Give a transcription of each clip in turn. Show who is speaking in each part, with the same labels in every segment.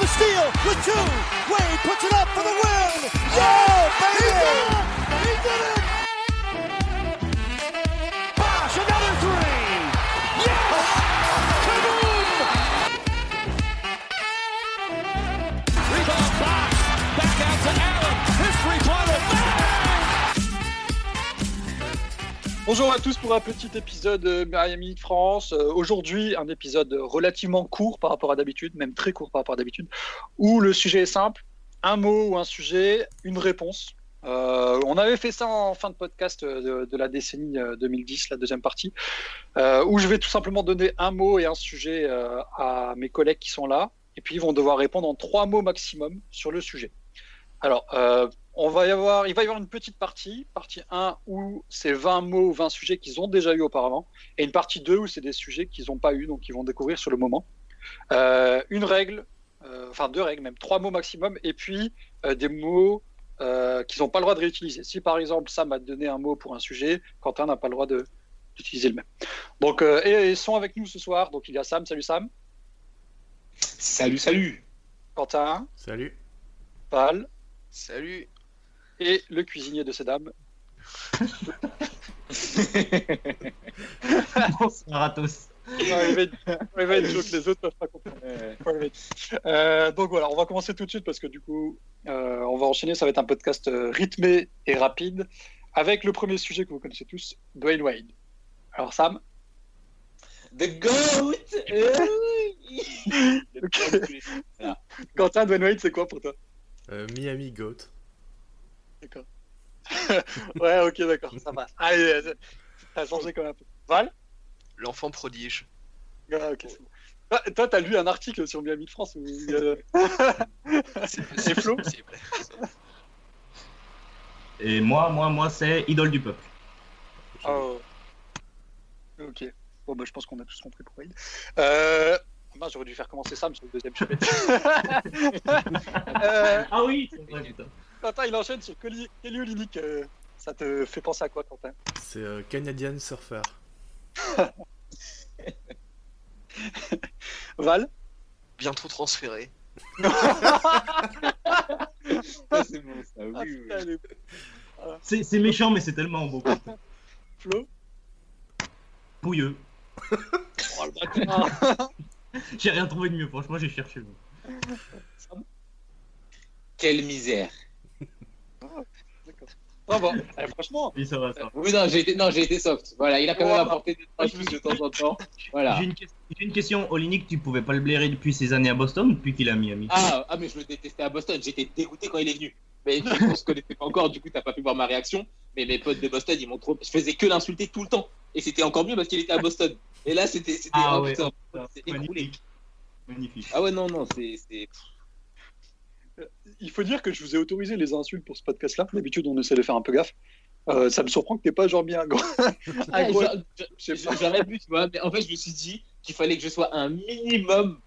Speaker 1: with two. Wade puts it up for the win. Yeah, baby. He did it. Bosh, another three. Yes. Kaboom.
Speaker 2: Rebound box. Back out to Allen. His three pointer.
Speaker 3: Bonjour à tous pour un petit épisode euh, Miami de France. Euh, Aujourd'hui, un épisode relativement court par rapport à d'habitude, même très court par rapport à d'habitude, où le sujet est simple un mot ou un sujet, une réponse. Euh, on avait fait ça en fin de podcast euh, de, de la décennie euh, 2010, la deuxième partie, euh, où je vais tout simplement donner un mot et un sujet euh, à mes collègues qui sont là, et puis ils vont devoir répondre en trois mots maximum sur le sujet. Alors, euh, on va y avoir, il va y avoir une petite partie, partie 1 où c'est 20 mots ou 20 sujets qu'ils ont déjà eu auparavant, et une partie 2 où c'est des sujets qu'ils n'ont pas eu, donc ils vont découvrir sur le moment. Euh, une règle, euh, enfin deux règles même, trois mots maximum, et puis euh, des mots euh, qu'ils n'ont pas le droit de réutiliser. Si par exemple Sam a donné un mot pour un sujet, Quentin n'a pas le droit de- d'utiliser le même. Donc, euh, et ils sont avec nous ce soir, donc il y a Sam, salut Sam,
Speaker 4: Salut, salut
Speaker 3: Quentin,
Speaker 5: Salut.
Speaker 3: Pal,
Speaker 6: Salut.
Speaker 3: et le cuisinier de ces dames.
Speaker 7: Ratos.
Speaker 3: Private- private joke, les autres peuvent pas comprendre. Private. Euh, donc voilà, on va commencer tout de suite parce que du coup, euh, on va enchaîner. Ça va être un podcast euh, rythmé et rapide avec le premier sujet que vous connaissez tous, Dwayne Wade. Alors Sam,
Speaker 4: The GOAT euh,
Speaker 3: Ok. Quentin, Dwayne Wade, c'est quoi pour toi
Speaker 5: Euh, Miami Goat.
Speaker 3: D'accord. ouais, ok, d'accord, ça va. Allez, euh, t'as changé quand même un peu. Val
Speaker 6: L'enfant prodige.
Speaker 3: Ah, ok, c'est bon. Toi- Toi, t'as lu un article sur Miami de France où il y a-
Speaker 6: C'est possible,
Speaker 3: C'est Flo
Speaker 6: possible.
Speaker 7: Et moi, moi, moi, c'est Idole du peuple.
Speaker 3: Oh. Ok. Bon, bah, je pense qu'on a tous compris pourquoi il. Euh... mince, j'aurais dû faire commencer Sam sur le deuxième sujet. euh,
Speaker 7: Ah oui
Speaker 6: vrai,
Speaker 3: Quentin, il enchaîne sur Kelly, Kelly Olynyk, euh, ça te fait penser à quoi, Quentin
Speaker 5: C'est euh, Canadian Surfer.
Speaker 3: Val
Speaker 6: Bientôt transféré.
Speaker 4: ça, c'est bon, ça, oui,
Speaker 3: Ah,
Speaker 4: oui.
Speaker 3: putain, elle est-
Speaker 7: C'est c'est méchant, mais c'est tellement beau.
Speaker 3: Flo
Speaker 7: Pouilleux.
Speaker 3: Oh, le bâtard.
Speaker 7: J'ai rien trouvé de mieux, franchement, j'ai cherché.
Speaker 4: Quelle misère
Speaker 3: D'accord. Ah, bon. Eh, franchement,
Speaker 7: Oui, ça va, ça va.
Speaker 4: Oui, non, j'ai été, non, j'ai été soft. Voilà, il a quand
Speaker 3: Ouais.
Speaker 4: même apporté des trois trucs de temps en temps. Voilà.
Speaker 7: J'ai une, ques- j'ai une question. Olinik, tu pouvais pas le blairer depuis ses années à Boston ou depuis qu'il est à Miami
Speaker 4: Ah, ah, mais je le détestais à Boston, j'étais dégoûté quand il est venu. Mais on se connaissait pas encore, du coup, t'as pas pu voir ma réaction. Mais mes potes de Boston, ils m'ont trop. Je faisais que l'insulter tout le temps. Et c'était encore mieux parce qu'il était à Boston. Et là, c'était. c'était-
Speaker 7: Ah
Speaker 4: oh,
Speaker 7: ouais,
Speaker 4: putain.
Speaker 7: Magnifique.
Speaker 4: c'est écroulé.
Speaker 7: Magnifique.
Speaker 4: Ah ouais, non, non, c'est. c'est-
Speaker 3: il faut dire que je vous ai autorisé les insultes pour ce podcast-là. D'habitude, on essaie de faire un peu gaffe. Euh, ça me surprend que t'aies pas genre bien un gros. un
Speaker 4: Ouais,
Speaker 3: gros-
Speaker 4: genre, Ah, je-
Speaker 3: Ah, je sais pas.
Speaker 4: je- J'aurais pu, tu vois, mais en fait, je me suis dit qu'il fallait que je sois un minimum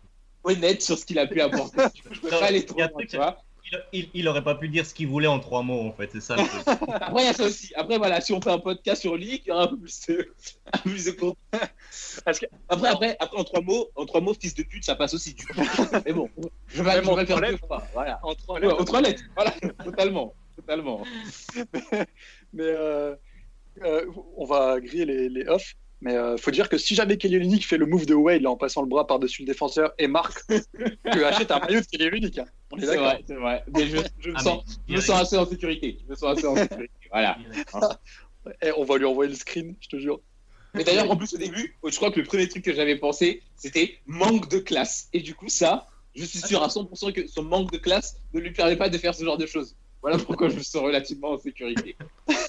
Speaker 4: honnête sur ce qu'il a pu apporter. Du coup, je peux
Speaker 7: Non,
Speaker 4: pas aller trop
Speaker 7: il y a un
Speaker 4: loin,
Speaker 7: truc,
Speaker 4: tu vois.
Speaker 7: Il, il- il aurait pas pu dire ce qu'il voulait en trois mots, en fait, c'est ça le truc.
Speaker 4: Après, il y a ça aussi. Après, voilà, si on fait un podcast sur League, il y aura un peu plus de, un peu plus de contenu.
Speaker 3: Parce que-
Speaker 4: Après, après, après, en trois mots, en trois mots, fils de pute, ça passe aussi, du coup. Mais bon,
Speaker 3: Même
Speaker 4: je vais, je vais
Speaker 3: en
Speaker 4: le
Speaker 3: trois
Speaker 4: faire deux
Speaker 3: lettres.
Speaker 4: fois, voilà.
Speaker 3: En trois
Speaker 4: Ouais, aux trois lettres, voilà, totalement, totalement.
Speaker 3: mais euh, euh, on va griller les, les offs. Mais euh, faut dire que si jamais Kelly Olynyk fait le move de Wade là, en passant le bras par-dessus le défenseur et marque, tu achètes un maillot de Kelly Olynyk. hein. On est
Speaker 4: C'est
Speaker 3: d'accord.
Speaker 4: vrai, c'est vrai. Mais je, je me
Speaker 7: Ah,
Speaker 4: sens, je
Speaker 7: mais-
Speaker 4: me sens assez en sécurité, je me sens assez en sécurité, voilà.
Speaker 3: Eh, on va lui envoyer le screen, je te jure.
Speaker 4: Mais d'ailleurs, en plus, au début, je crois que le premier truc que j'avais pensé, c'était manque de classe. Et du coup, ça, je suis sûr à 100% que son manque de classe ne lui permet pas de faire ce genre de choses. Voilà pourquoi je me sens relativement en sécurité.
Speaker 7: Ça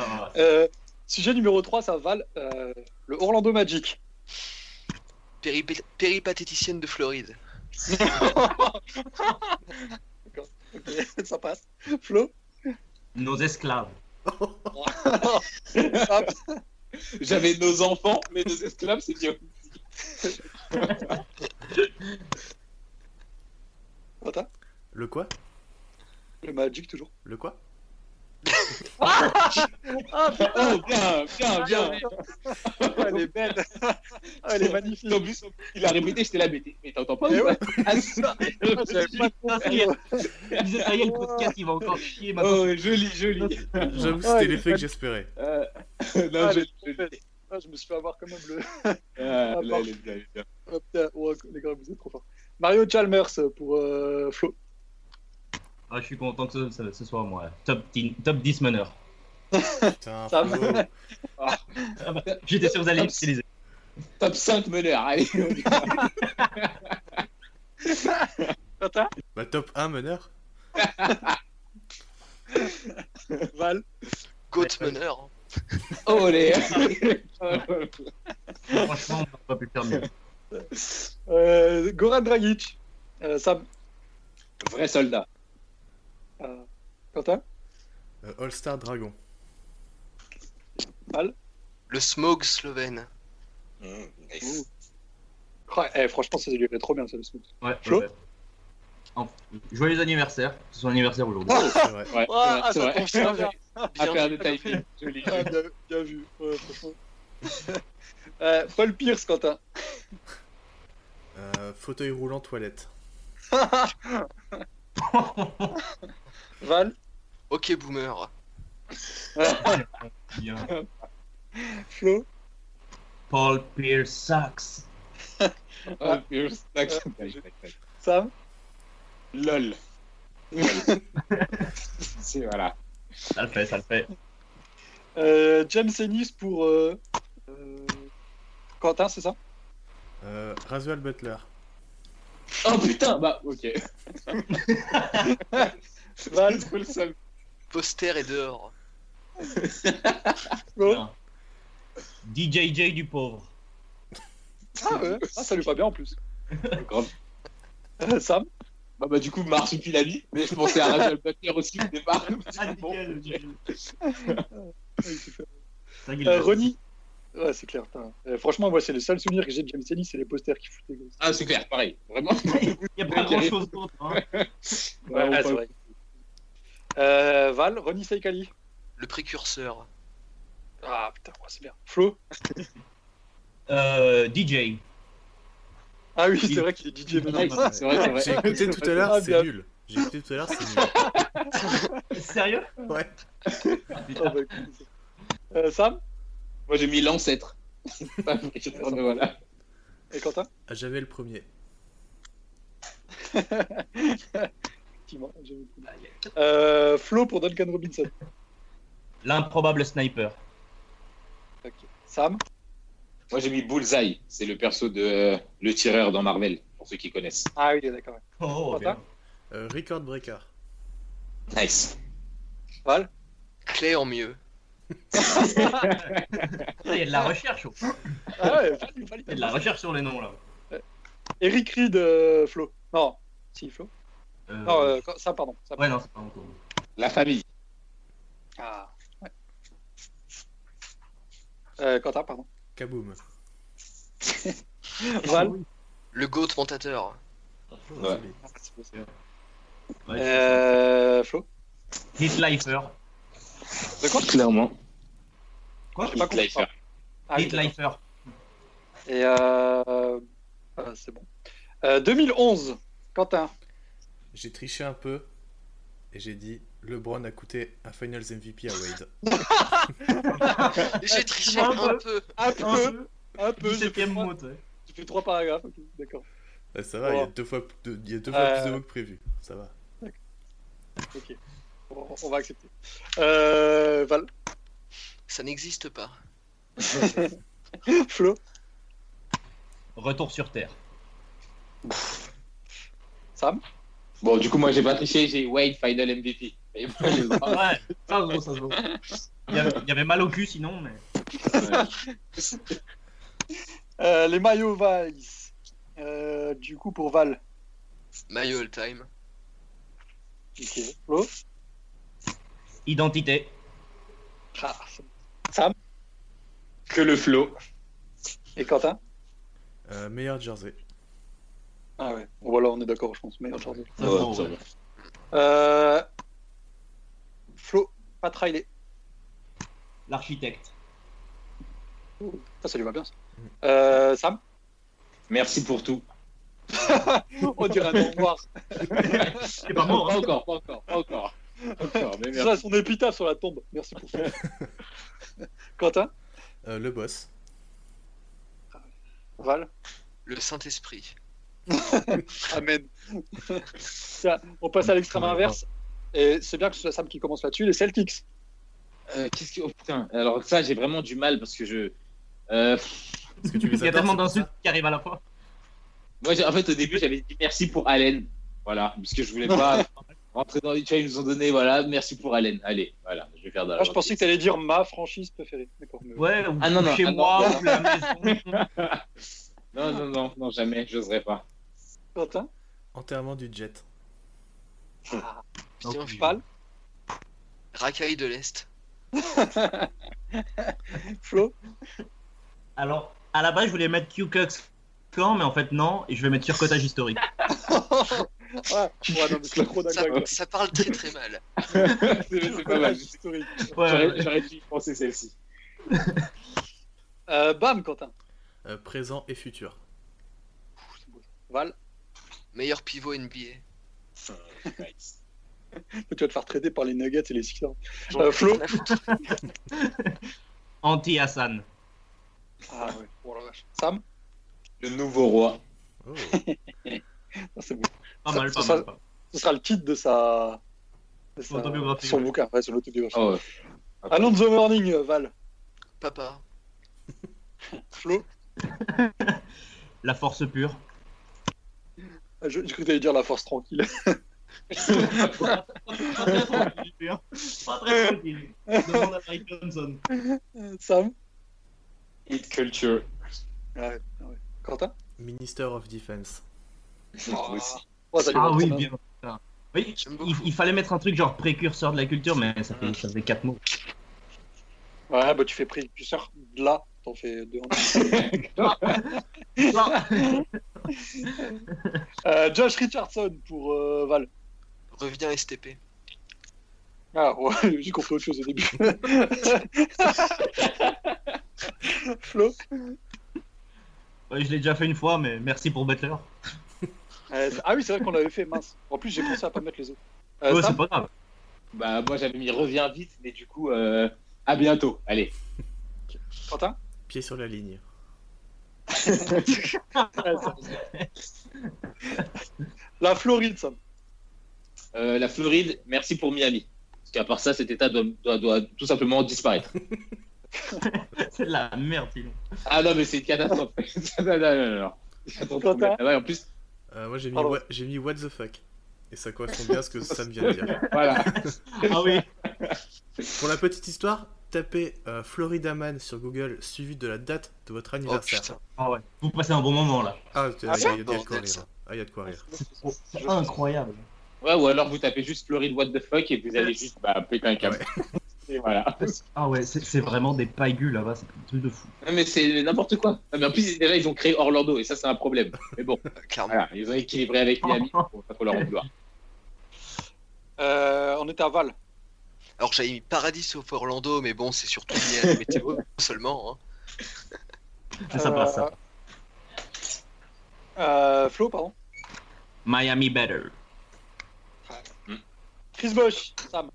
Speaker 7: va.
Speaker 3: Euh, sujet numéro 3, ça vale euh, le Orlando Magic.
Speaker 6: Péripé- Péripatéticienne de Floride.
Speaker 3: Ok, ça passe. Flo
Speaker 7: Nos esclaves.
Speaker 3: Sam
Speaker 4: J'avais nos enfants, mais nos esclaves, c'est bien.
Speaker 3: Quentin
Speaker 5: Le quoi
Speaker 3: Le Magic toujours.
Speaker 5: Le quoi
Speaker 4: Oh, bien, bien, bien.
Speaker 3: Elle est belle Ah, Elle est magnifique.
Speaker 4: En plus, il a répété, j'étais la BT. Mais t'entends pas
Speaker 3: Eh
Speaker 4: ou
Speaker 3: ouais.
Speaker 4: pas Ah, ça,
Speaker 7: Disais, ça y est, le podcast, il va encore chier maintenant.
Speaker 4: Oh, joli, joli.
Speaker 5: J'avoue,
Speaker 3: Ouais,
Speaker 5: c'était l'effet
Speaker 3: mais-
Speaker 5: que j'espérais.
Speaker 4: Euh,
Speaker 3: Ah,
Speaker 4: non, joli,
Speaker 3: mais-
Speaker 4: joli.
Speaker 3: Ah, je me suis fait avoir comme un bleu.
Speaker 4: Ah,
Speaker 3: Ah,
Speaker 4: là, elle est bien, elle est bien.
Speaker 3: Ah, putain, ouais, les gars, vous êtes trop forts. Mario Chalmers pour euh, Flo.
Speaker 7: Ah, je suis content que ce, ce- ce soit moi. là. Top, 10 top 10 meneur.
Speaker 5: Putain,
Speaker 3: Ça
Speaker 5: Flo.
Speaker 7: J'étais sûr que vous alliez
Speaker 4: Top-
Speaker 7: l'utiliser.
Speaker 4: Top 5 meneur, allez. on y va.
Speaker 3: Tata,
Speaker 5: Bah, top 1 meneur
Speaker 3: Val.
Speaker 6: Goat meneur.
Speaker 4: oh, les.
Speaker 7: Franchement, on peut pas plus faire mieux.
Speaker 3: Euh, Goran Dragic. Euh, Sam.
Speaker 4: Vrai soldat.
Speaker 3: Euh, Quentin.
Speaker 5: Euh, All-Star Dragon.
Speaker 6: Le smog slovène.
Speaker 4: Nice.
Speaker 3: Ah, eh, franchement, ça lui fait trop bien, ça, le scoop.
Speaker 7: Ouais,
Speaker 3: Flo
Speaker 7: ouais. Enfin, Joyeux anniversaire. C'est son anniversaire aujourd'hui.
Speaker 5: C'est vrai.
Speaker 4: Ouais,
Speaker 6: Ah,
Speaker 4: c'est
Speaker 6: ça
Speaker 4: vrai.
Speaker 6: confirme.
Speaker 3: bien,
Speaker 6: Bien
Speaker 4: Affaire de
Speaker 6: joué,
Speaker 4: typing. Joli.
Speaker 3: ah, bien, bien vu. Ouais, franchement. Euh, Paul Pierce, Quentin.
Speaker 5: Euh, fauteuil roulant toilette.
Speaker 3: Val.
Speaker 6: Ok, boomer.
Speaker 7: Bien.
Speaker 3: Flo.
Speaker 7: Paul Pierce sucks.
Speaker 4: Oh, Pierce, tac.
Speaker 3: Sam.
Speaker 4: LOL. C'est voilà.
Speaker 7: Ça le fait, ça le fait.
Speaker 3: Euh, James Ennis pour euh, euh, Quentin, c'est ça
Speaker 5: Euh, Razuel Butler.
Speaker 4: Oh putain, bah ok.
Speaker 3: Val.
Speaker 4: Trop le seum.
Speaker 6: Poster et dehors.
Speaker 3: Flo.
Speaker 7: Non. DJJ du pauvre.
Speaker 3: Ah ouais, ah, ça lui va bien en plus.
Speaker 4: Grave.
Speaker 3: Euh, Sam.
Speaker 4: Bah, bah du coup, marsupilami, mais je pensais à Rachel Butler aussi au départ. Bon, ok.
Speaker 3: Ah, Euh, Ronnie. Ouais, c'est clair. putain. Euh, franchement, moi, c'est le seul souvenir que j'ai de James Ennis, c'est les posters qui foutaient. comme ça.
Speaker 4: Ah, c'est clair, pareil. Vraiment.
Speaker 7: Il n'y a pas grand chose d'autre. Hein.
Speaker 3: Ouais,
Speaker 4: Ouais,
Speaker 3: c'est vrai. Euh, Val, Ronnie Saikali.
Speaker 6: Le précurseur.
Speaker 3: Ah putain, ouais, c'est bien. Flo.
Speaker 7: Euh, DJ.
Speaker 3: Ah oui,
Speaker 7: Il-
Speaker 3: c'est vrai qu'il est DJ
Speaker 7: Il-
Speaker 3: maintenant.
Speaker 4: c'est vrai, c'est vrai.
Speaker 5: J'ai écouté tout à
Speaker 3: Ah,
Speaker 5: l'heure,
Speaker 3: bien.
Speaker 5: c'est nul. J'ai écouté tout à l'heure, c'est nul.
Speaker 7: Sérieux
Speaker 5: Ouais.
Speaker 3: Ah, bah, écoute. Euh, Sam
Speaker 4: Moi j'ai mis l'ancêtre. Mais voilà.
Speaker 3: et Quentin
Speaker 5: Ah, J'avais le premier.
Speaker 3: Effectivement, j'ai mis
Speaker 7: Ah,
Speaker 3: le coup. Euh, Flo pour Duncan Robinson.
Speaker 7: L'improbable sniper.
Speaker 3: Sam
Speaker 4: Moi j'ai mis Bullseye, c'est le perso de euh, le tireur dans Marvel, pour ceux qui connaissent.
Speaker 3: Ah oui, d'accord. ouais.
Speaker 7: Oh,
Speaker 3: Quentin
Speaker 5: Euh, Record Breaker.
Speaker 4: Nice.
Speaker 3: Val
Speaker 6: Clé en mieux.
Speaker 7: Il y a de la recherche. oh.
Speaker 3: Ah ouais, Val, Val,
Speaker 7: Il y a de la recherche sur les noms là.
Speaker 3: Eric Reed, euh, Flo. Non, si, Flo.
Speaker 7: Euh,
Speaker 3: Non, euh, Sam, pardon. Sam.
Speaker 7: Ouais, non, c'est pas mon tour.
Speaker 4: La famille.
Speaker 3: Ah, ouais. Euh, Quentin, pardon.
Speaker 5: Kaboom.
Speaker 3: Val Ah,
Speaker 6: Le goat mentateur.
Speaker 4: Ouais.
Speaker 5: Joli.
Speaker 7: Ouais.
Speaker 3: Euh, Flo
Speaker 7: Hitlifer.
Speaker 4: De quoi Clairement.
Speaker 7: Quoi
Speaker 3: J'ai pas compris.
Speaker 4: Hitlifer.
Speaker 3: Ah, oui, d'accord.
Speaker 7: Hitlifer.
Speaker 3: Et euh, euh, c'est bon. Euh, 2011, Quentin.
Speaker 5: J'ai triché un peu et j'ai dit LeBron a coûté un Finals MVP à Wade.
Speaker 6: J'ai triché
Speaker 7: Un peu.
Speaker 6: un peu.
Speaker 3: Un
Speaker 7: Un
Speaker 3: peu,
Speaker 7: peu.
Speaker 3: un peu. J'ai fait
Speaker 7: 17ème
Speaker 3: trois,
Speaker 7: mot. ouais.
Speaker 3: j'ai fait trois paragraphes. ok, D'accord.
Speaker 5: Ah, ça va, il y a deux fois, deux- il y a deux fois
Speaker 3: Euh.
Speaker 5: plus de mots que prévu. Ça va.
Speaker 3: Ok. On, on va accepter. Euh, Val,
Speaker 6: Ça n'existe pas.
Speaker 3: Flo,
Speaker 7: Retour sur Terre.
Speaker 3: Sam.
Speaker 4: Bon, du coup, moi j'ai pas triché, j'ai Wade Final MVP. Et moi, j'ai le droit.
Speaker 7: Ouais, ça se voit, ça se voit. Il y, avait, il y avait mal au cul sinon, mais.
Speaker 3: Euh, les maillots Vice. Euh, du coup, pour Val.
Speaker 6: My all time.
Speaker 3: Ok. Flo.
Speaker 7: Identité.
Speaker 3: Ah, c'est-
Speaker 4: Que le flow.
Speaker 3: Et Quentin.
Speaker 5: Euh, meilleur jersey.
Speaker 3: Ah ouais. Bon, voilà, on est d'accord, je pense. Mais aujourd'hui.
Speaker 7: Ça se voit, ouais.
Speaker 3: Euh, Flo, Pat Riley.
Speaker 7: L'architecte.
Speaker 3: Ça, ça lui va bien. Ça.
Speaker 5: Mm.
Speaker 3: Euh, Sam.
Speaker 4: Merci pour tout.
Speaker 3: On dirait un au revoir.
Speaker 7: C'est
Speaker 3: Ah
Speaker 7: pas mort,
Speaker 4: Pas
Speaker 7: hein.
Speaker 4: encore, pas encore, pas encore. Pas encore, mais
Speaker 3: C'est
Speaker 4: merci.
Speaker 3: ça, son épitaphe sur la tombe. Merci pour ça. Quentin
Speaker 5: Euh, le boss.
Speaker 3: Val
Speaker 6: Le Saint-Esprit.
Speaker 3: Amen. Ça, on passe à l'extrême inverse. Et c'est bien que ce soit Sam qui commence là-dessus, les Celtics.
Speaker 4: Euh, Qu'est-ce que. Oh putain, alors ça, j'ai vraiment du mal parce que je. Euh,
Speaker 5: Parce que tu
Speaker 7: Il
Speaker 5: les
Speaker 7: y a
Speaker 5: adores,
Speaker 7: tellement
Speaker 5: c'est pour
Speaker 7: d'insultes
Speaker 5: ça
Speaker 7: qui arrivent à la fois.
Speaker 4: Moi, j'ai- en fait, au début, j'avais dit merci pour Allen. Voilà, parce que je voulais pas rentrer dans les tu vois, Ils nous ont donné, voilà, merci pour Allen. Allez, voilà, je vais faire dans la
Speaker 3: Ah, je pensais que tu allais dire ma franchise préférée. D'accord. mais-
Speaker 7: Ouais, ou
Speaker 4: Ah, non, non,
Speaker 7: chez
Speaker 4: ah,
Speaker 7: moi,
Speaker 4: non.
Speaker 7: ou la maison.
Speaker 4: Non, non, non, non, jamais, j'oserais pas.
Speaker 3: Quentin
Speaker 5: Enterrement du jet.
Speaker 6: Bien vu.
Speaker 3: Val
Speaker 6: Racaille de l'Est.
Speaker 3: Flo
Speaker 7: Alors, à la base, je voulais mettre Q-Cux clan, mais en fait, non, et je vais mettre surcotage historique.
Speaker 3: Ouais, ouais, non, mais c'est trop
Speaker 6: Ça,
Speaker 3: dingue.
Speaker 6: ça parle très très mal.
Speaker 4: c'est c'est pas mal.
Speaker 3: historique.
Speaker 7: Ouais, ouais,
Speaker 4: J'aurais
Speaker 7: ouais.
Speaker 4: j'aurais dû y penser celle-ci.
Speaker 3: Euh, bam, Quentin.
Speaker 5: Euh, présent et futur.
Speaker 3: Val,
Speaker 6: Meilleur pivot
Speaker 3: Euh,
Speaker 6: NBA.
Speaker 4: Nice.
Speaker 3: tu vas te faire trader par les Nuggets et les Sixers.
Speaker 6: J'en
Speaker 3: Euh,
Speaker 6: ai
Speaker 3: Flo
Speaker 6: rien à foutre.
Speaker 7: Anti-Hassan.
Speaker 3: Ah ouais, oh la vache. Sam
Speaker 4: Le nouveau roi.
Speaker 5: Oh.
Speaker 3: Ah, C'est bon.
Speaker 7: Pas
Speaker 3: Ça-
Speaker 7: mal, pas
Speaker 3: ça-
Speaker 7: mal. pas mal.
Speaker 3: Ce sera le titre de sa. de
Speaker 7: Son autobiographie, Ah
Speaker 3: Son
Speaker 7: ouais.
Speaker 3: bouquin, ouais, son autobiographie.
Speaker 4: Oh,
Speaker 3: Alonso Morning, euh, Val.
Speaker 6: Papa.
Speaker 3: Flo
Speaker 7: La force pure.
Speaker 3: Ah, je- J'ai cru que t'allais dire la force tranquille.
Speaker 7: Pas très tranquille, hein. Pas très tranquille. Demande à Mike Johnson.
Speaker 3: Euh, Sam
Speaker 4: Hit culture.
Speaker 3: ouais, ouais. Quentin
Speaker 5: Minister of Defense.
Speaker 4: Moi aussi.
Speaker 3: Oh, ça lui
Speaker 7: Ah
Speaker 3: va
Speaker 7: oui,
Speaker 3: trop
Speaker 7: bien. Putain. Oui,
Speaker 6: J'aime
Speaker 7: il,
Speaker 6: beaucoup.
Speaker 7: il fallait mettre un truc genre précurseur de la culture, mais ça fait, ça fait quatre mots.
Speaker 3: Ouais, bah tu fais prix, tu sors de là, t'en fais deux en un. Euh, Josh Richardson pour euh, Val.
Speaker 6: Reviens STP.
Speaker 3: Ah, ouais, j'ai compris autre chose au début. Flo
Speaker 7: Ouais, je l'ai déjà fait une fois, mais merci pour Butler.
Speaker 3: Euh, Ah oui, c'est vrai qu'on l'avait fait, mince. En plus, j'ai pensé à pas mettre les autres. Euh,
Speaker 7: Ouais,
Speaker 3: Sam
Speaker 7: Oh, c'est pas grave.
Speaker 4: Bah, moi, j'avais mis reviens vite, mais du coup, euh, à bientôt. Allez.
Speaker 3: Quentin
Speaker 5: Pied sur la ligne.
Speaker 3: La Floride, Sam.
Speaker 4: Euh, la Floride, merci pour Miami. Parce qu'à part ça, cet état doit, doit- doit tout simplement disparaître.
Speaker 7: C'est de la merde, sinon.
Speaker 4: Ah non, mais c'est une catastrophe. non, non, non, non, non. Il y a trop de problèmes là-bas. Et en plus,
Speaker 5: Euh, moi j'ai mis,
Speaker 3: Pardon.
Speaker 5: what- j'ai mis What the fuck. Et ça correspond bien à ce que Sam vient de dire.
Speaker 4: voilà.
Speaker 7: Ah oui,
Speaker 5: Pour la petite histoire, tapez euh, Florida Man sur Google suivi de la date de votre
Speaker 6: Oh
Speaker 5: anniversaire.
Speaker 6: putain.
Speaker 7: ah ouais. vous passez un bon moment là.
Speaker 5: ah, il y a- il y a- il y a de
Speaker 6: bon,
Speaker 5: quoi
Speaker 6: c'est
Speaker 5: rire.
Speaker 6: ça.
Speaker 5: Ah, il y a de quoi rire.
Speaker 7: Oh, C'est incroyable.
Speaker 4: Ouais, ou alors vous tapez juste Floride, what the fuck, et vous allez juste bah, péter un câble. Et voilà.
Speaker 7: Ah ouais, c'est c'est vraiment des paillules là-bas, c'est un truc de fou.
Speaker 4: Non, mais c'est n'importe quoi. Non, mais en plus, déjà, ils ont créé Orlando, et ça, c'est un problème. Mais bon,
Speaker 6: Clairement.
Speaker 4: voilà, ils ont équilibré avec Miami, faut pas trop leur en vouloir.
Speaker 3: Euh, on était à Val.
Speaker 6: Alors j'avais mis Paradis sauf Orlando, mais bon, c'est surtout lié à la météo seulement. hein.
Speaker 7: C'est sympa Ah, ça.
Speaker 3: Euh, Flo, pardon.
Speaker 7: Miami Better.
Speaker 3: Chris Bosch, Sam.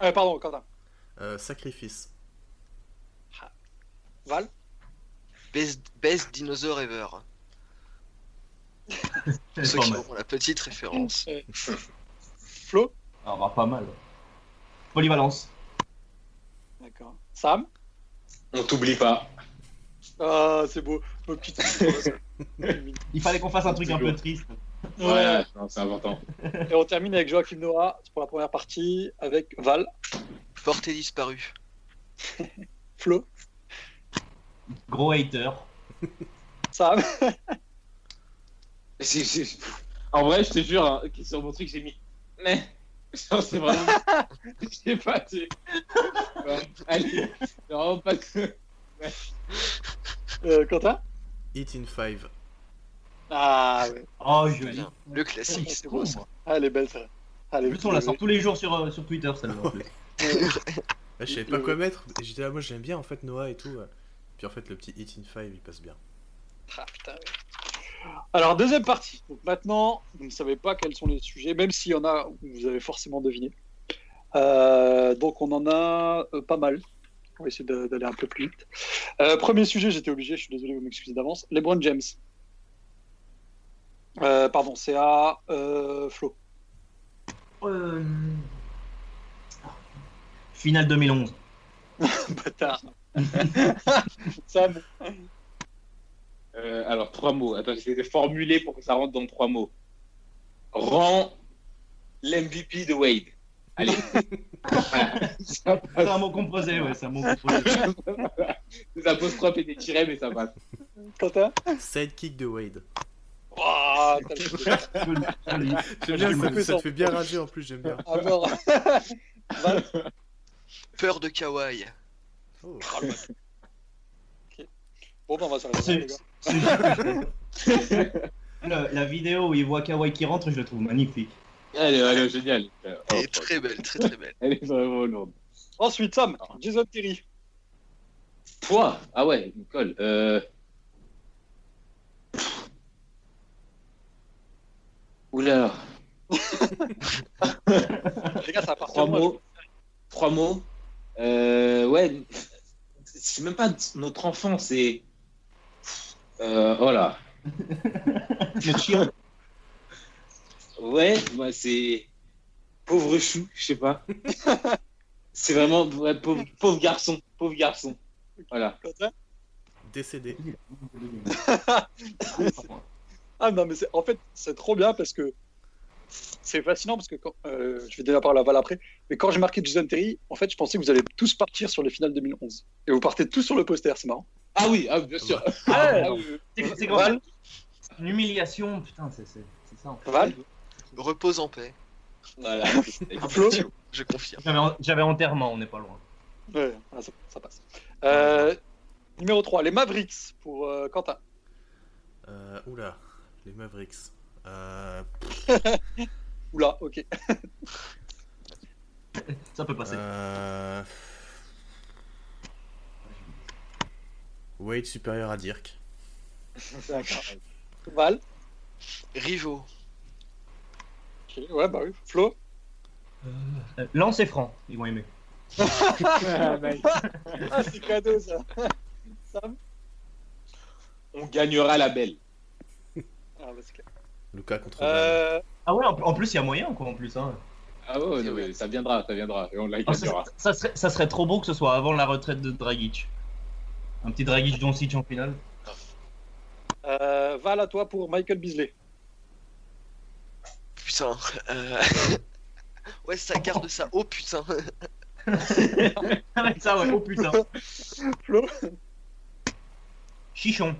Speaker 3: Euh, pardon, Quentin.
Speaker 5: Euh, sacrifice.
Speaker 3: Val.
Speaker 6: Best, best dinosaur ever.
Speaker 7: C'est
Speaker 6: Ceux
Speaker 7: pas
Speaker 6: qui
Speaker 7: mal.
Speaker 6: auront la petite
Speaker 7: Oh.
Speaker 6: référence.
Speaker 3: Euh, Flo.
Speaker 7: Ah bah pas mal. Polyvalence.
Speaker 3: D'accord. Sam.
Speaker 4: On t'oublie pas.
Speaker 3: Ah, c'est beau. Nos petites histoires.
Speaker 7: Il fallait qu'on fasse un truc un peu
Speaker 4: Toujours.
Speaker 7: triste.
Speaker 3: Ouais.
Speaker 4: Voilà, non, c'est important.
Speaker 3: Euh, Et on termine avec Joachim Noah pour la première partie avec Val,
Speaker 6: Portée disparue.
Speaker 3: Flo,
Speaker 7: Gros hater.
Speaker 3: Sam.
Speaker 4: C'est- c'est- En vrai, je te jure, hein, que sur mon truc, j'ai mis. Mais. Genre, c'est vraiment. Je sais pas, tu. Ouais, Allez, c'est vraiment pas que.
Speaker 3: Euh, Quentin
Speaker 5: Hit in five.
Speaker 3: Ah, ouais.
Speaker 7: Oh joli.
Speaker 6: Le classique.
Speaker 3: c'est beau ça. Ah, elle est belle ça. Ah, elle est
Speaker 7: En plus on la sort tous les jours sur, euh, sur Twitter celle-là. en plus.
Speaker 5: Là, je savais pas quoi mettre. Et J'étais là, moi j'aime bien en fait Noah et tout. Puis en fait, le petit Hit in five il passe bien.
Speaker 3: Ah, putain, ouais. Alors, deuxième partie. Donc, maintenant, vous ne savez pas quels sont les sujets, même s'il y en a, où vous avez forcément deviné. Euh, donc, on en a euh, pas mal. On va essayer de- d'aller un peu plus vite. Euh, premier sujet, j'étais obligé, je suis désolé, vous m'excusez d'avance. LeBron James. Euh, pardon, c'est à euh, Flo.
Speaker 7: Euh, Finale 2011.
Speaker 3: Bâtard. Sam,
Speaker 4: Euh, alors, trois mots. Attends, je vais les formuler pour que ça rentre dans trois mots. Rends l'MVP de Wade. Allez. Voilà. Ça
Speaker 7: C'est
Speaker 4: passe.
Speaker 7: un mot composé, ouais, c'est un mot composé.
Speaker 4: Des apostrophes et des tirets, mais ça passe.
Speaker 3: Quentin
Speaker 5: Sidekick de Wade.
Speaker 3: Ouah, Ah, t'as le jeu.
Speaker 7: Je le- je le-
Speaker 5: J'aime bien,
Speaker 3: Je
Speaker 5: ça,
Speaker 3: me
Speaker 5: ça te
Speaker 3: sens-
Speaker 5: fait bien rager en plus, j'aime bien.
Speaker 3: Ah, mort. Val,
Speaker 6: Peur de Kawaii.
Speaker 5: Oh.
Speaker 3: Bon, ben, on va s'arrêter là,
Speaker 7: C'est-
Speaker 3: les gars.
Speaker 7: c'est juste que je- Le- la vidéo où il voit Kawhi qui rentre, je la trouve magnifique.
Speaker 4: Allez, allez, génial. Euh, oh,
Speaker 6: Elle est très belle, très très belle.
Speaker 4: Elle est vraiment lourde.
Speaker 3: Ensuite, Sam, Jason Terry.
Speaker 4: Pouah Ah ouais, Nicole. Euh... Oula.
Speaker 3: Les gars, ça appartient
Speaker 4: Trois
Speaker 3: à moi.
Speaker 4: mots. Trois mots. Euh, ouais. C'est même pas notre enfant, c'est. Euh, voilà.
Speaker 7: Le chien.
Speaker 4: Ouais, bah, c'est. Pauvre chou, je sais pas. c'est vraiment. ouais, pauvre, pauvre garçon. Pauvre garçon. Voilà.
Speaker 3: Quentin
Speaker 5: Décédé.
Speaker 3: Ah non, mais c'est- en fait, c'est trop bien parce que c'est fascinant parce que quand, euh, je vais donner la parole à Val après, mais quand j'ai marqué Jason Terry, en fait, je pensais que vous allez tous partir sur les finales 2011. Et vous partez tous sur le poster, c'est marrant.
Speaker 4: Ah oui, ah, bien sûr.
Speaker 3: Ah,
Speaker 4: Ah oui.
Speaker 7: C'est c'est
Speaker 3: Val,
Speaker 7: Une humiliation, putain, c'est c'est- c'est ça. en fait.
Speaker 3: Val,
Speaker 6: Repose en paix.
Speaker 4: Voilà.
Speaker 3: Flo.
Speaker 6: Je confirme.
Speaker 7: J'avais j'avais enterrement, on n'est pas loin.
Speaker 3: Ouais, voilà, ça, ça passe. Euh, numéro 3, les Mavericks pour euh, Quentin.
Speaker 5: Euh, oula, les Mavericks. Euh,
Speaker 3: Oula, ok.
Speaker 7: Ça peut passer.
Speaker 5: euh, Wade supérieur à Dirk.
Speaker 3: Val,
Speaker 6: Rivaux.
Speaker 3: ok, ouais, bah oui. Flo,
Speaker 7: Euh, Lancez franc, ils vont aimer.
Speaker 4: bah
Speaker 3: ah, c'est cadeau ça. Sam,
Speaker 4: On gagnera la belle.
Speaker 3: ah, bah, c'est clair.
Speaker 5: Lucas contre Van.
Speaker 3: Euh,
Speaker 7: Ah ouais, en, en plus, il y a moyen, quoi, en plus. hein.
Speaker 4: Ah ouais,
Speaker 6: C'est
Speaker 4: non,
Speaker 6: vrai.
Speaker 4: mais ça viendra, ça viendra. Et on la
Speaker 7: Ah, ça,
Speaker 4: gagnera.
Speaker 7: ça serait, ça serait trop beau que ce soit avant la retraite de Dragic. Un petit Dragic Doncic en finale.
Speaker 3: euh, Val, à toi pour Michael Beasley.
Speaker 6: Putain. euh, ouais, ça garde ça. Oh putain.
Speaker 7: Avec ça, ouais, oh putain.
Speaker 3: Flo
Speaker 7: Chichon.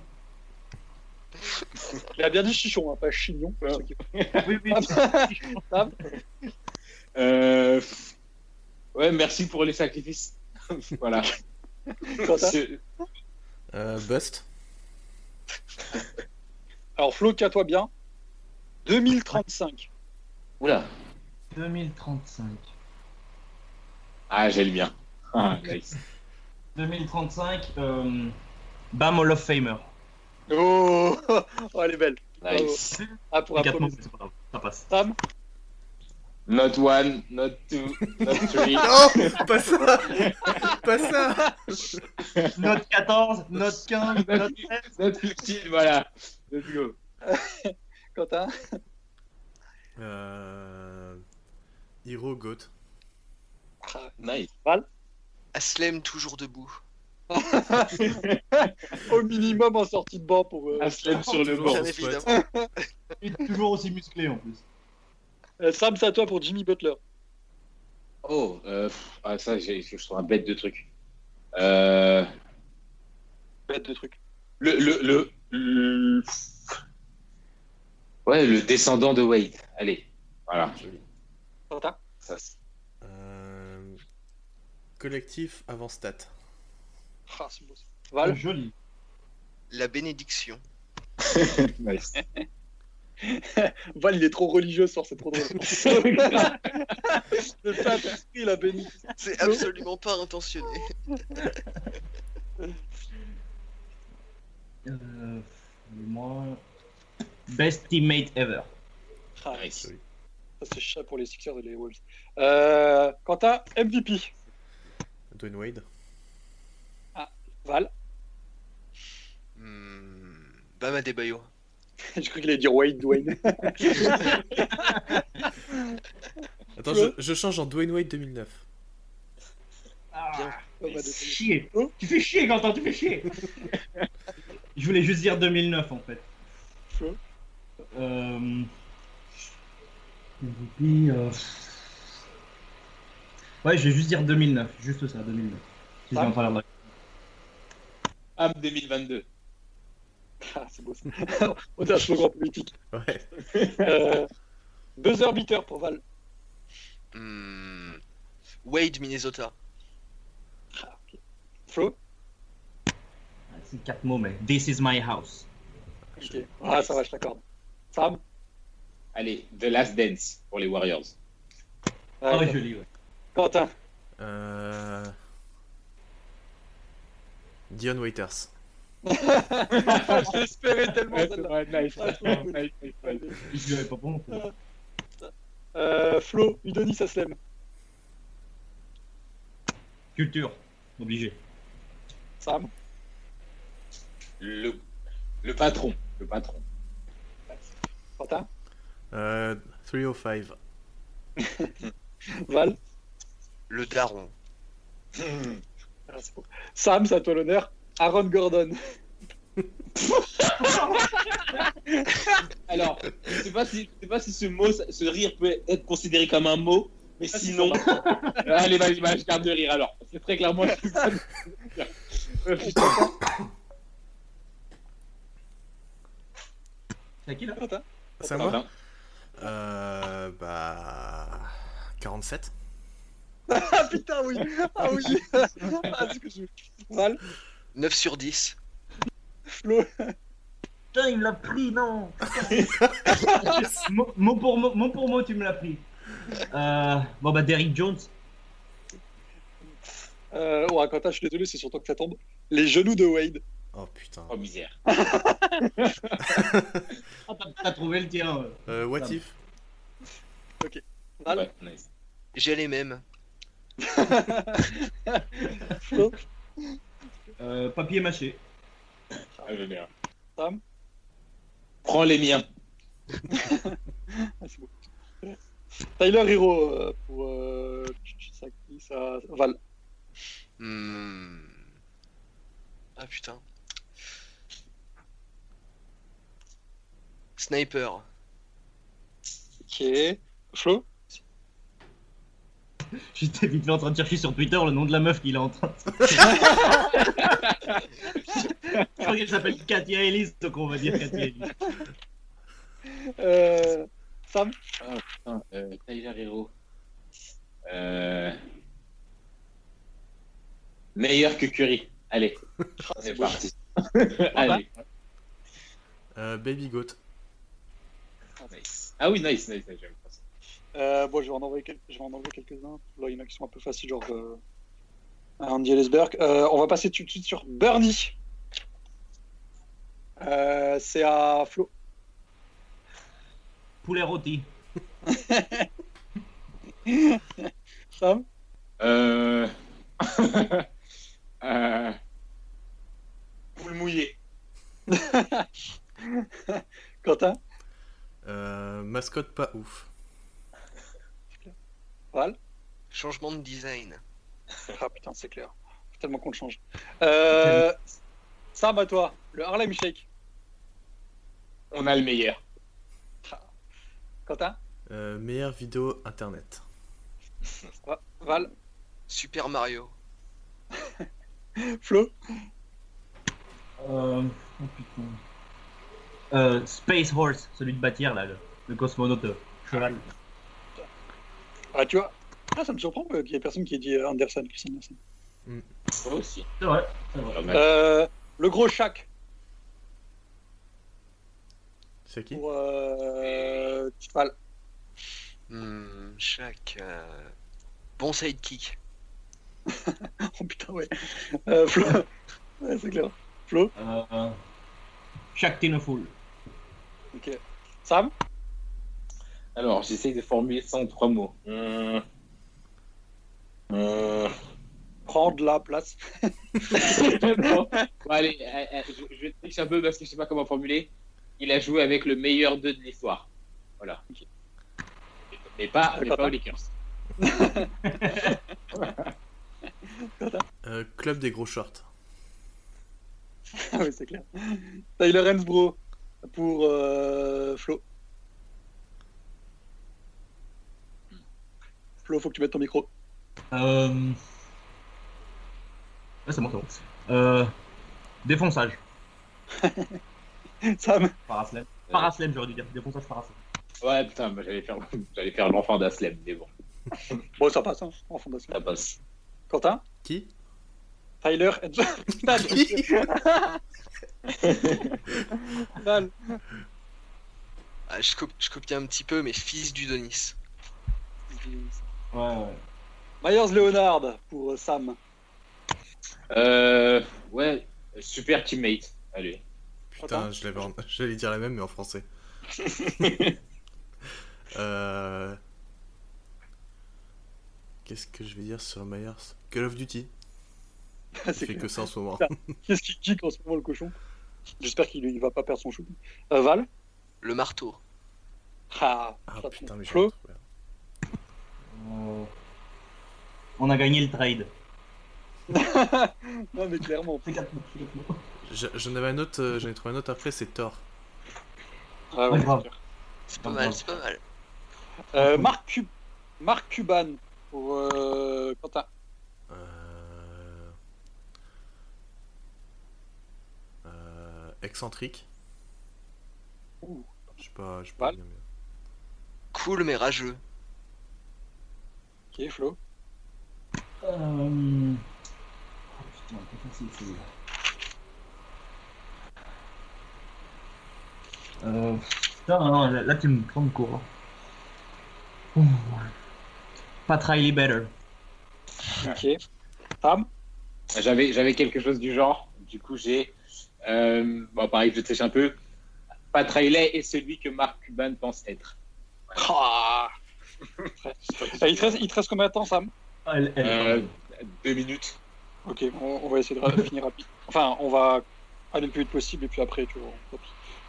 Speaker 3: Il a bien dit chichon, hein, pas chignon. pour ceux qui-
Speaker 7: Oui, oui. Chichon.
Speaker 4: Euh... Ouais, merci pour les sacrifices. voilà.
Speaker 3: Quentin
Speaker 4: C'est-
Speaker 5: Euh, Bust.
Speaker 3: Alors Flo, qu'à-toi bien. 2035.
Speaker 4: Oula.
Speaker 7: 2035.
Speaker 4: Ah, j'ai le mien. Ah, nice.
Speaker 7: 2035, euh... Bam Hall of Famer.
Speaker 3: Oh, Oh, elle est belle.
Speaker 4: Nice.
Speaker 3: Ah, pour
Speaker 7: Les
Speaker 3: un
Speaker 7: quatre
Speaker 3: premier.
Speaker 7: mots, c'est pas grave, ça passe.
Speaker 3: Sam,
Speaker 4: Not one, not two, not three.
Speaker 5: Non, pas ça, pas ça.
Speaker 7: Note 14, note 15,
Speaker 3: Bah
Speaker 7: note 16.
Speaker 4: not 15, voilà. Let's go.
Speaker 3: Quentin,
Speaker 5: Euh, Hero Goat.
Speaker 4: Nice.
Speaker 6: Aslem toujours debout.
Speaker 3: au minimum en sortie de banc pour. euh,
Speaker 4: Aslem Ah, sur le
Speaker 5: Toujours
Speaker 4: banc.
Speaker 6: Bien
Speaker 5: son spot.
Speaker 6: évidemment.
Speaker 7: Il est toujours aussi musclé en plus.
Speaker 3: euh, Sam, c'est à toi pour Jimmy Butler.
Speaker 4: Oh, euh, pff, ah, ça, j'ai- je trouve un bête de truc. Euh...
Speaker 3: Bête de truc.
Speaker 4: Le, le, le, le- Ouais, le descendant de Wade. Allez, voilà.
Speaker 3: Quentin,
Speaker 4: Ça, c'est-
Speaker 5: Euh, collectif avant stat.
Speaker 3: ah, c'est beau. ça. Val,
Speaker 7: Joli.
Speaker 6: La bénédiction.
Speaker 4: nice.
Speaker 3: Ah. Val, il est trop religieux ce soir, c'est trop drôle. Le Saint-Esprit l'a béni.
Speaker 6: C'est absolument pas intentionné.
Speaker 7: Euh, moi. Best teammate ever.
Speaker 3: Ah,
Speaker 4: Nice.
Speaker 3: ça, c'est chat pour les Sixers et les Wolves. Euh, Quentin, MVP.
Speaker 5: Dwayne Wade.
Speaker 3: Val.
Speaker 6: Hmm, Bam Adebayo.
Speaker 3: J'ai cru qu'il allait dire Wade, Dwayne.
Speaker 5: Attends, je, je change en Dwayne Wade 2009.
Speaker 7: Ah,
Speaker 3: Oh, bah,
Speaker 7: fais
Speaker 3: désolé.
Speaker 7: chier. Tu fais chier, Quentin, tu fais chier. Je voulais juste dire 2009 en fait.
Speaker 3: Flo.
Speaker 7: Euh... MVP, euh, Ouais, je vais juste dire 2009, juste ça, 2009. Si je
Speaker 3: Ah.
Speaker 7: viens pas là-bas.
Speaker 4: Am 2022.
Speaker 3: Ah, c'est beau ça. On a un slogan politique.
Speaker 5: Ouais.
Speaker 3: Euh, buzzer beater pour Val.
Speaker 6: Hmm, Wade Minnesota.
Speaker 3: Flo.
Speaker 7: Ah, C'est quatre mots, mais This is my house.
Speaker 3: Ok. Ah, ça va, je t'accorde. Sam.
Speaker 4: Allez, The Last Dance pour les Warriors.
Speaker 7: Ah,
Speaker 3: Ouais.
Speaker 7: joli, ouais.
Speaker 3: Euh, Quentin.
Speaker 5: Euh... Dion Waiters.
Speaker 3: J'espérais tellement celle-là.
Speaker 7: Je l'avais pas bon.
Speaker 3: Euh, Flo, Udonis Aslem.
Speaker 7: Culture, obligé.
Speaker 3: Sam.
Speaker 4: Le, le patron. Le patron.
Speaker 3: Quentin.
Speaker 5: Euh, 305.
Speaker 3: Val.
Speaker 6: Le Daron.
Speaker 3: Ah, c'est beau. Sam, c'est à toi l'honneur. Aaron Gordon.
Speaker 4: Alors, je sais pas si, je sais pas si ce mot, ce rire peut être considéré comme un mot, mais
Speaker 3: Ah, si,
Speaker 4: sinon. Allez, vas-y, vas-y, je garde de rire alors. C'est très clairement. Euh,
Speaker 7: C'est à qui là
Speaker 3: Quentin.
Speaker 5: C'est à moi Euh... Bah... 47.
Speaker 3: Ah putain, oui. Ah oui. Ah, c'est que je... Val.
Speaker 6: 9 sur 10.
Speaker 3: Flo.
Speaker 7: Putain, il me l'a pris, non mot, mot pour mot, mot pour mot, tu me l'as pris. Euh, bon, bah, Derrick Jones.
Speaker 3: Euh, ouais, Quentin, je suis désolé, c'est sur toi que ça tombe. Les genoux de Wade.
Speaker 5: Oh putain.
Speaker 4: Oh misère.
Speaker 7: Ah, t'as- T'as trouvé le tien. ouais.
Speaker 5: Euh, what if
Speaker 3: Val.
Speaker 4: Ouais, nice.
Speaker 6: J'ai les mêmes.
Speaker 3: Flo.
Speaker 7: Euh, papier mâché.
Speaker 4: Ah, je vais bien.
Speaker 3: Sam.
Speaker 4: Prends les miens.
Speaker 3: Ah, c'est beau. Tyler Hero euh, pour euh, ça, qui, ça, Val.
Speaker 6: Hmm. Ah putain. Sniper.
Speaker 3: Ok. Flo.
Speaker 7: J'étais vite fait en train de chercher sur Twitter le nom de la meuf qu'il est en train de. Je crois qu'elle s'appelle Katia Ellis, donc on va dire Katia Ellis.
Speaker 3: Euh, Sam.
Speaker 4: Putain, euh, Tyler Hero. Euh... Meilleur que Curry. Allez, on est parti. Allez.
Speaker 5: euh, Baby Goat.
Speaker 4: Nice. Ah oui, nice, nice, nice. j'aime bien ça.
Speaker 3: Euh, bon, je vais en envoyer, quel- je vais en envoyer quelques-uns. Là, il y en a qui sont un peu faciles, genre euh, Andy Ellisberg. Euh, on va passer tout de suite sur Bernie. Euh, c'est à Flo.
Speaker 7: Poulet rôti.
Speaker 3: Sam.
Speaker 4: Euh... euh... Poule mouillée.
Speaker 3: Quentin.
Speaker 5: Euh, mascotte pas ouf.
Speaker 3: Val.
Speaker 6: Changement de design.
Speaker 3: Ah putain, c'est clair. Faut tellement qu'on le change. Euh, Sam, à toi. Le Harlem Shake.
Speaker 4: On a le meilleur.
Speaker 3: Quentin.
Speaker 5: Euh, meilleure vidéo internet.
Speaker 3: Val.
Speaker 6: Super Mario.
Speaker 3: Flo.
Speaker 7: Euh... Oh putain. Euh, Space Horse, celui de bâtir là, le, le cosmonaute. euh, Cheval.
Speaker 3: Ah, tu vois. Ah, ça me surprend euh, qu'il y ait personne qui ait dit euh, Anderson. Chris Anderson.
Speaker 4: Moi aussi.
Speaker 7: C'est vrai, c'est vrai.
Speaker 3: Euh, le gros Shaq
Speaker 5: C'est qui
Speaker 3: pour euh, Val.
Speaker 6: Hmm, chaque. euh, Bon sidekick.
Speaker 3: Oh putain, ouais. Euh, Flo. Ouais, c'est clair. Flo.
Speaker 7: Euh... Shaq Tineful.
Speaker 3: Ok. Ok. Sam
Speaker 4: Alors, j'essaye de formuler ça en trois mots. Hum. Hum.
Speaker 3: Prends de la place.
Speaker 4: bon, Bon, allez, euh, euh, je, je triche un peu parce que je sais pas comment formuler. Il a joué avec le meilleur 2 de l'histoire. Voilà. Mais pas, mais
Speaker 3: D'accord.
Speaker 4: pas aux Lakers.
Speaker 5: Euh, club des gros shorts.
Speaker 3: ah oui, c'est clair. Tyler Hensbro pour euh, Flo. Flo, faut que tu mettes ton micro.
Speaker 7: Euh... Ouais, c'est bon, c'est bon. Euh... Défonçage.
Speaker 3: Sam
Speaker 7: Paraslam. Paraslam, j'aurais dû dire. Défonçage, paraslam.
Speaker 4: Ouais, putain, moi, j'allais faire, j'allais faire l'enfant d'Aslem, mais bon,
Speaker 3: Bon, ça passe, hein, en fondation.
Speaker 4: ça passe.
Speaker 3: Quentin
Speaker 5: Qui
Speaker 3: Tyler Hensbro. Putain, je- Dalle.
Speaker 6: Ah, je, cop- je copie un petit peu, mais fils du Donis.
Speaker 7: Ouais, ouais.
Speaker 3: Myers Leonard pour euh, Sam.
Speaker 4: Euh, ouais, super teammate. Allez.
Speaker 5: Putain, je l'avais en- j'allais dire la même, mais en français. Euh, Qu'est-ce que je vais dire sur Myers Call of Duty.
Speaker 3: Ah,
Speaker 5: Il
Speaker 3: c'est
Speaker 5: fait
Speaker 3: clair.
Speaker 5: que ça en ce moment.
Speaker 3: Qu'est-ce qu'il kick en ce moment, le cochon J'espère qu'il ne va pas perdre son shoot. Euh, Val
Speaker 6: Le marteau.
Speaker 3: Ah,
Speaker 5: Ah
Speaker 3: ça-
Speaker 5: putain, mais j'ai
Speaker 3: Flo
Speaker 5: trouvé.
Speaker 7: Euh, On a gagné le trade.
Speaker 3: Non, mais clairement.
Speaker 7: C'est quatre mots, c'est quatre mots.
Speaker 5: Je- J'en avais un autre, euh, j'en ai trouvé un autre après, c'est Thor.
Speaker 3: Ah,
Speaker 7: Ouais,
Speaker 3: ouais,
Speaker 7: grave.
Speaker 3: c'est clair.
Speaker 6: C'est pas mal, c'est pas mal.
Speaker 3: Euh, Marc, Cub- Marc Cuban pour euh, Quentin.
Speaker 5: Euh... Euh... Excentrique.
Speaker 3: Ouh.
Speaker 5: Je sais pas, je sais
Speaker 3: Pas
Speaker 5: pas.
Speaker 3: mal.
Speaker 5: bien, mais-
Speaker 6: Cool, mais rageux.
Speaker 3: Ok, Flo.
Speaker 7: Euh... Oh, putain, pas facile, celui-là. Euh, putain, non, non, là, là, tu me prends de court. hein. Ouh. Pas Riley Better.
Speaker 3: Ok. Sam
Speaker 4: J'avais, j'avais quelque chose du genre. Du coup, j'ai. Euh, bon, pareil, je triche un peu. Pat Riley est celui que Mark Cuban pense être.
Speaker 3: Ah. Ah, il, te reste, il te reste combien de temps, Sam
Speaker 7: Ah, Elle, elle,
Speaker 4: Euh, deux minutes.
Speaker 3: Ok, on, on va essayer de ra- finir rapide. Enfin, on va aller le plus vite possible et puis après, tu vois. hop.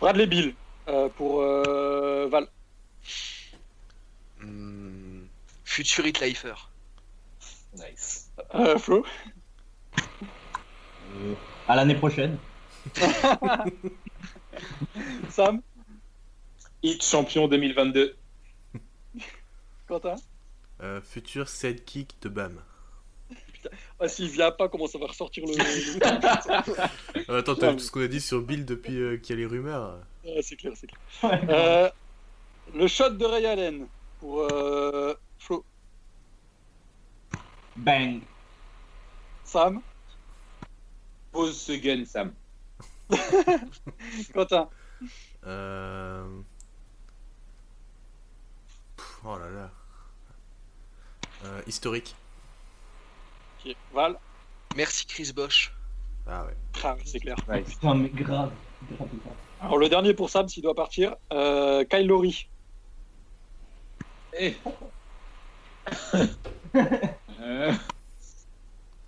Speaker 3: Bradley Bill euh, pour euh, Val.
Speaker 6: Hmm, Futur Hit Lifer.
Speaker 4: Nice.
Speaker 3: Euh, Flo
Speaker 7: euh, À l'année prochaine.
Speaker 3: Sam
Speaker 4: Hit champion 2022.
Speaker 3: Quentin
Speaker 5: Euh, futur sidekick de Bam.
Speaker 3: Ah, s'il vient pas, comment ça va ressortir le. le-
Speaker 5: Euh, attends, t'as vu tout ce qu'on a dit sur Bill depuis euh, qu'il y a les rumeurs
Speaker 3: Ah, c'est clair, c'est clair.
Speaker 7: Ouais.
Speaker 3: Euh, le shot de Ray Allen pour euh, Flo.
Speaker 7: Bang.
Speaker 3: Sam
Speaker 4: Pose ce gun, Sam.
Speaker 3: Quentin
Speaker 5: euh... Pff, Oh là là. Euh, historique.
Speaker 3: Ok, Val
Speaker 6: Merci Chris Bosch.
Speaker 5: Ah ouais.
Speaker 3: Ah, C'est clair.
Speaker 4: Nice.
Speaker 7: Putain, mais grave. grave, grave.
Speaker 3: Alors, le dernier pour Sam, s'il doit partir, euh, Kyle Lowry.
Speaker 4: Eh. Euh,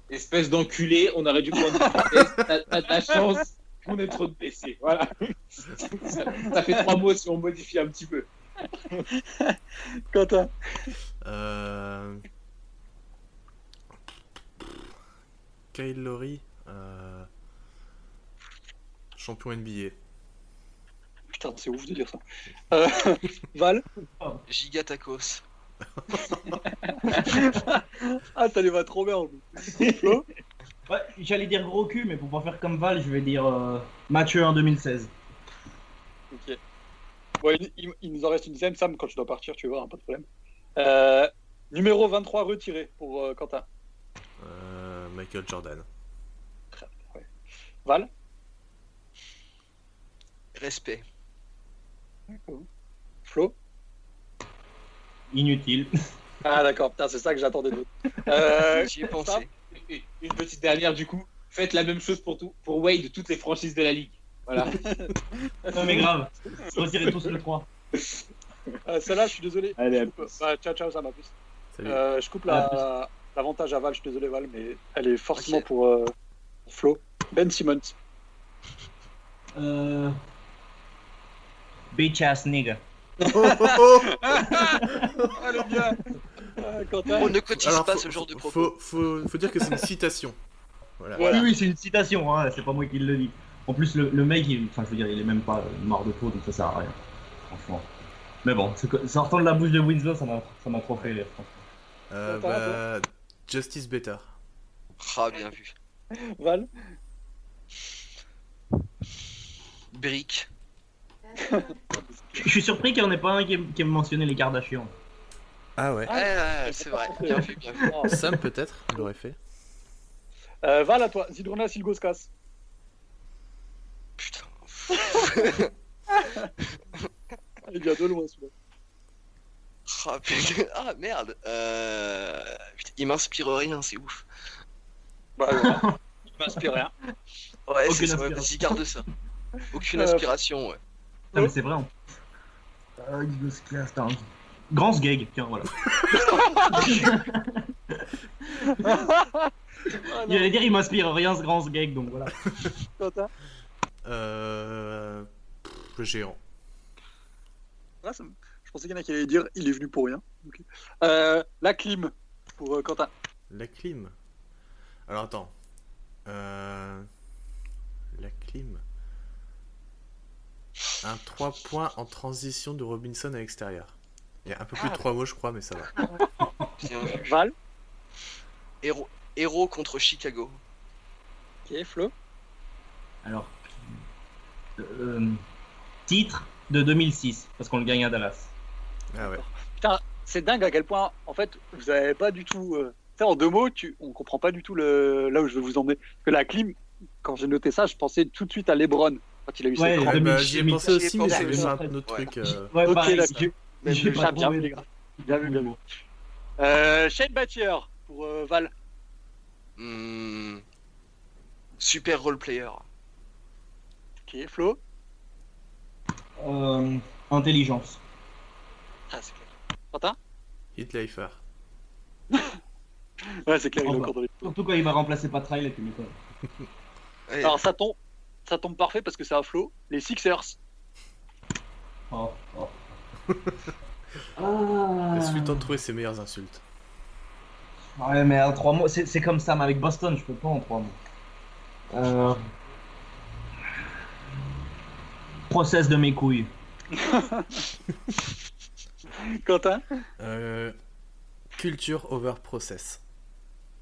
Speaker 4: Espèce d'enculé, on aurait dû prendre une pièce. T'as t'as de la chance qu'on ait trop de PC. Voilà. ça, ça fait trois mots si on modifie un petit peu.
Speaker 3: Quentin
Speaker 5: Euh... Kyle Lowry. euh, Champion NBA.
Speaker 3: Putain, c'est ouf de dire ça. Euh, Val
Speaker 6: Giga Tacos.
Speaker 3: Ah, ça les va trop bien en plus. Flo
Speaker 7: Ouais, j'allais dire gros cul, mais pour pas faire comme Val, je vais dire euh, Mathieu en 2016.
Speaker 3: Ok. Bon, il, il- il nous en reste une dizaine. Sam, quand tu dois partir, tu vois, hein, pas de problème. Euh, numéro 23 retiré pour euh, Quentin.
Speaker 5: Euh, Michael Jordan.
Speaker 3: Val
Speaker 6: Respect.
Speaker 3: Flo
Speaker 7: Inutile.
Speaker 3: Ah, d'accord, putain, c'est ça que j'attendais d'autre. Euh,
Speaker 6: J'y ai pensé.
Speaker 4: Une petite dernière du coup. Faites la même chose pour tout, pour Wade de toutes les franchises de la ligue. Voilà.
Speaker 7: Non, mais grave. Retirez tous le 3.
Speaker 3: Euh, Celle-là, je suis désolé.
Speaker 4: Allez, à
Speaker 3: Je coupe. Bah, ciao, ciao, ça m'a plus.
Speaker 5: Salut.
Speaker 3: Euh, je coupe la- l'avantage à Val, je suis désolé Val, mais elle est forcément
Speaker 6: Ok.
Speaker 3: pour, euh, pour Flo. Ben Simmons.
Speaker 7: Euh... Bitch ass nigga.
Speaker 5: Oh, oh, oh
Speaker 3: Ah, le bien Ah, Quentin
Speaker 6: On ne cotise
Speaker 5: Alors,
Speaker 6: pas
Speaker 5: faut-
Speaker 6: ce genre de
Speaker 5: faut-
Speaker 6: propos.
Speaker 5: Faut, faut, faut dire que c'est une citation. Voilà.
Speaker 3: Voilà.
Speaker 7: Oui, oui, c'est une citation, hein, c'est pas moi qui le dis. En plus, le, le mec, il, enfin, je veux dire, il est même pas euh, mort de peau, donc ça sert à rien. Franchement. Mais bon, c'est que- sortant de la bouche de Winslow, ça m'a ça m'a trop fait rire. franchement.
Speaker 5: Euh,
Speaker 3: Attends,
Speaker 5: bah, Justice Better.
Speaker 6: Ah, bien vu.
Speaker 3: Val
Speaker 6: Brick.
Speaker 7: Je je suis surpris qu'il n'y en ait pas un qui ait, qui ait mentionné les Kardashians.
Speaker 5: Ah ouais.
Speaker 6: Ouais, ouais, ouais, c'est vrai. Bien vu, bien vu.
Speaker 3: Oh.
Speaker 5: Sam peut-être il l'aurait fait.
Speaker 3: Euh, Val à toi, Zidrona Silgoskas.
Speaker 6: Putain.
Speaker 3: Il vient de loin celui-là.
Speaker 6: Ah, putain. Ah, merde. Euh... putain, il m'inspire rien, c'est ouf.
Speaker 3: Bah, ouais. Il m'inspire rien.
Speaker 6: Ouais,
Speaker 7: Aucune
Speaker 6: c'est ça. ouais,
Speaker 7: inspiration.
Speaker 6: Vas-y, garde ça. Aucune
Speaker 3: Euh,
Speaker 6: inspiration, ouais.
Speaker 7: Non, mais c'est vrai. hein. en- Ah, il doit se classer, t'as un- Grand Sgeg, tiens, voilà.
Speaker 3: Ah,
Speaker 7: Il
Speaker 3: non,
Speaker 7: allait dire, il m'inspire rien ce Grand Sgeg, donc voilà.
Speaker 3: Quentin.
Speaker 5: Euh... pff, Le géant.
Speaker 3: Ah, ça me- Je pensais qu'il y en a qui allaient dire il est venu pour rien. Ok. Euh, la clim pour euh, Quentin.
Speaker 5: La clim. Alors attends. Euh... La clim. Un 3 points en transition de Robinson à l'extérieur. Il y a un peu plus de 3 mots, je crois, mais ça va.
Speaker 6: Bien vu.
Speaker 3: Val.
Speaker 6: Héros, héros contre Chicago.
Speaker 3: Ok, Flo.
Speaker 7: Alors. euh, titre de 2006, parce qu'on le gagne à Dallas.
Speaker 5: Ah ouais.
Speaker 3: C'est dingue à quel point, en fait, vous n'avez pas du tout. euh, tu sais, en deux mots, tu... on comprend pas du tout le... là où je veux vous emmener. Parce que la clim, quand j'ai noté ça, je pensais tout de suite à Lebron quand il a eu
Speaker 7: Ouais,
Speaker 3: ses
Speaker 5: Ah,
Speaker 3: grands.
Speaker 7: Demi-
Speaker 5: bah, J'y ai
Speaker 7: demi-
Speaker 5: pensé aussi, mais
Speaker 6: pensé,
Speaker 5: j'avais fait un
Speaker 7: ouais.
Speaker 5: autre truc. euh,
Speaker 7: Ouais,
Speaker 3: Ok,
Speaker 7: pareil,
Speaker 3: d'accord.
Speaker 7: j'ai-
Speaker 3: Même
Speaker 7: j'ai
Speaker 3: le
Speaker 7: pas
Speaker 3: chat, bien
Speaker 7: trouvé.
Speaker 3: vu, les gars. Bien vu, bien vu. Euh, Shane Battier pour euh, Val.
Speaker 6: Hmm. Super roleplayer.
Speaker 3: Ok, Flo.
Speaker 7: Euh, intelligence.
Speaker 3: Ah, c'est clair. Quentin
Speaker 5: Hitlifer.
Speaker 3: Ouais, c'est clair, il est
Speaker 7: Au
Speaker 3: encore dans les.
Speaker 7: Surtout quand il va remplacer Pat Riley, tu m'étonnes.
Speaker 6: Ouais.
Speaker 3: Alors, ça tombe, ça tombe parfait parce que c'est un Flo. Les Sixers.
Speaker 7: Oh, oh. ah.
Speaker 5: Laisse le temps de trouver ses meilleures insultes.
Speaker 7: Ouais, mais en trois mots, c'est c'est comme ça, mais avec Boston, je peux pas en trois mots. Euh... Process de mes couilles.
Speaker 3: Quentin
Speaker 5: Euh, culture over process.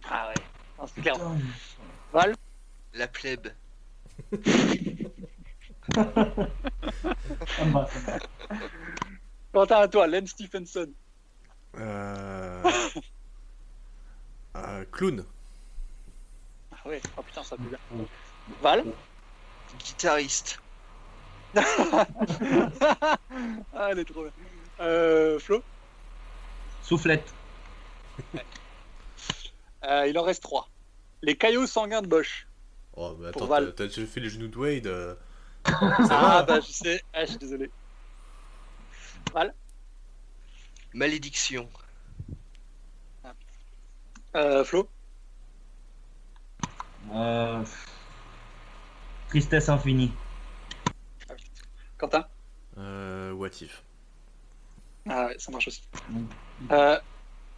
Speaker 3: Ah ouais. Non, c'est clair.
Speaker 7: Putain.
Speaker 3: Val
Speaker 6: La plèbe.
Speaker 7: Ça me va, ça me va.
Speaker 3: Quentin à toi, Len Stephenson.
Speaker 5: Euh... euh, clown.
Speaker 3: Ah ouais, oh putain, ça me bien. Val
Speaker 6: Guitariste.
Speaker 3: Ah, elle est trop bien. Euh, Flo
Speaker 7: Soufflette.
Speaker 3: Euh, Il en reste trois. Les caillots sanguins de Bosch.
Speaker 5: Oh, mais
Speaker 3: Pour
Speaker 5: attends,
Speaker 3: Val.
Speaker 5: t'as t'as déjà fait les genoux de Wade. euh.
Speaker 3: Ah bah je sais, ah, je suis désolé.
Speaker 6: Malédiction.
Speaker 3: Euh, Flo
Speaker 7: Euh... Tristesse infinie.
Speaker 3: Quentin
Speaker 5: Euh, what if
Speaker 3: Ah ouais, ça marche aussi.
Speaker 7: Mm.
Speaker 3: Euh,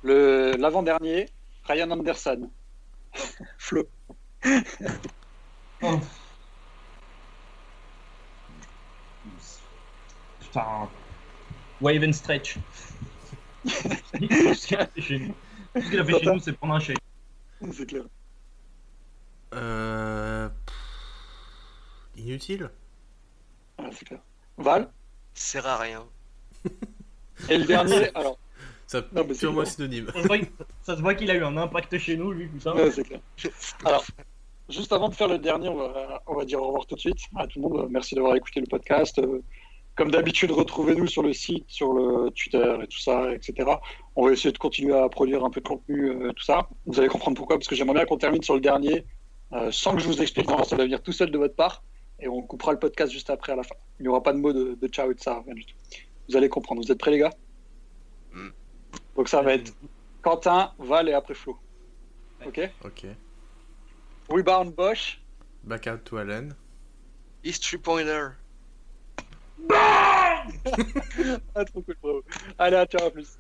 Speaker 3: le- L'avant-dernier, Ryan Anderson. Flo.
Speaker 7: Putain. Wave and stretch. Tout ce qu'il a fait chez nous, Tout ce qu'il a fait chez nous, c'est prendre un chèque.
Speaker 3: C'est clair.
Speaker 5: euh... pff, Inutile
Speaker 3: Ah, c'est clair. Val
Speaker 6: Sert à rien.
Speaker 3: Et le dernier, alors.
Speaker 5: Ça
Speaker 3: Non, mais c'est
Speaker 5: purement
Speaker 3: bon.
Speaker 5: synonyme.
Speaker 7: Ça se voit- ça se voit qu'il a eu un impact chez nous, lui, putain.
Speaker 3: Ouais, c'est clair. Alors, juste avant de faire le dernier, on va, on va dire au revoir tout de suite à tout le monde. Merci d'avoir écouté le podcast. Euh, Comme d'habitude, retrouvez-nous sur le site, sur le Twitter et tout ça, etc. On va essayer de continuer à produire un peu de contenu, euh, tout ça. Vous allez comprendre pourquoi, parce que j'aimerais bien qu'on termine sur le dernier, euh, sans que je vous explique. Non, ça va venir tout seul de votre part. et on coupera le podcast juste après à la fin. Il n'y aura pas de mot de, de ciao et de ça, rien du tout. Vous allez comprendre. Vous êtes prêts, les gars
Speaker 6: Mm.
Speaker 3: Donc ça va être Quentin, Val et après Flo. Ok
Speaker 5: Ok.
Speaker 3: Rebound Bosch,
Speaker 5: Back out to Allen.
Speaker 6: History Pointer.
Speaker 3: ah, trop cool, bravo. Allez, à ciao, à plus.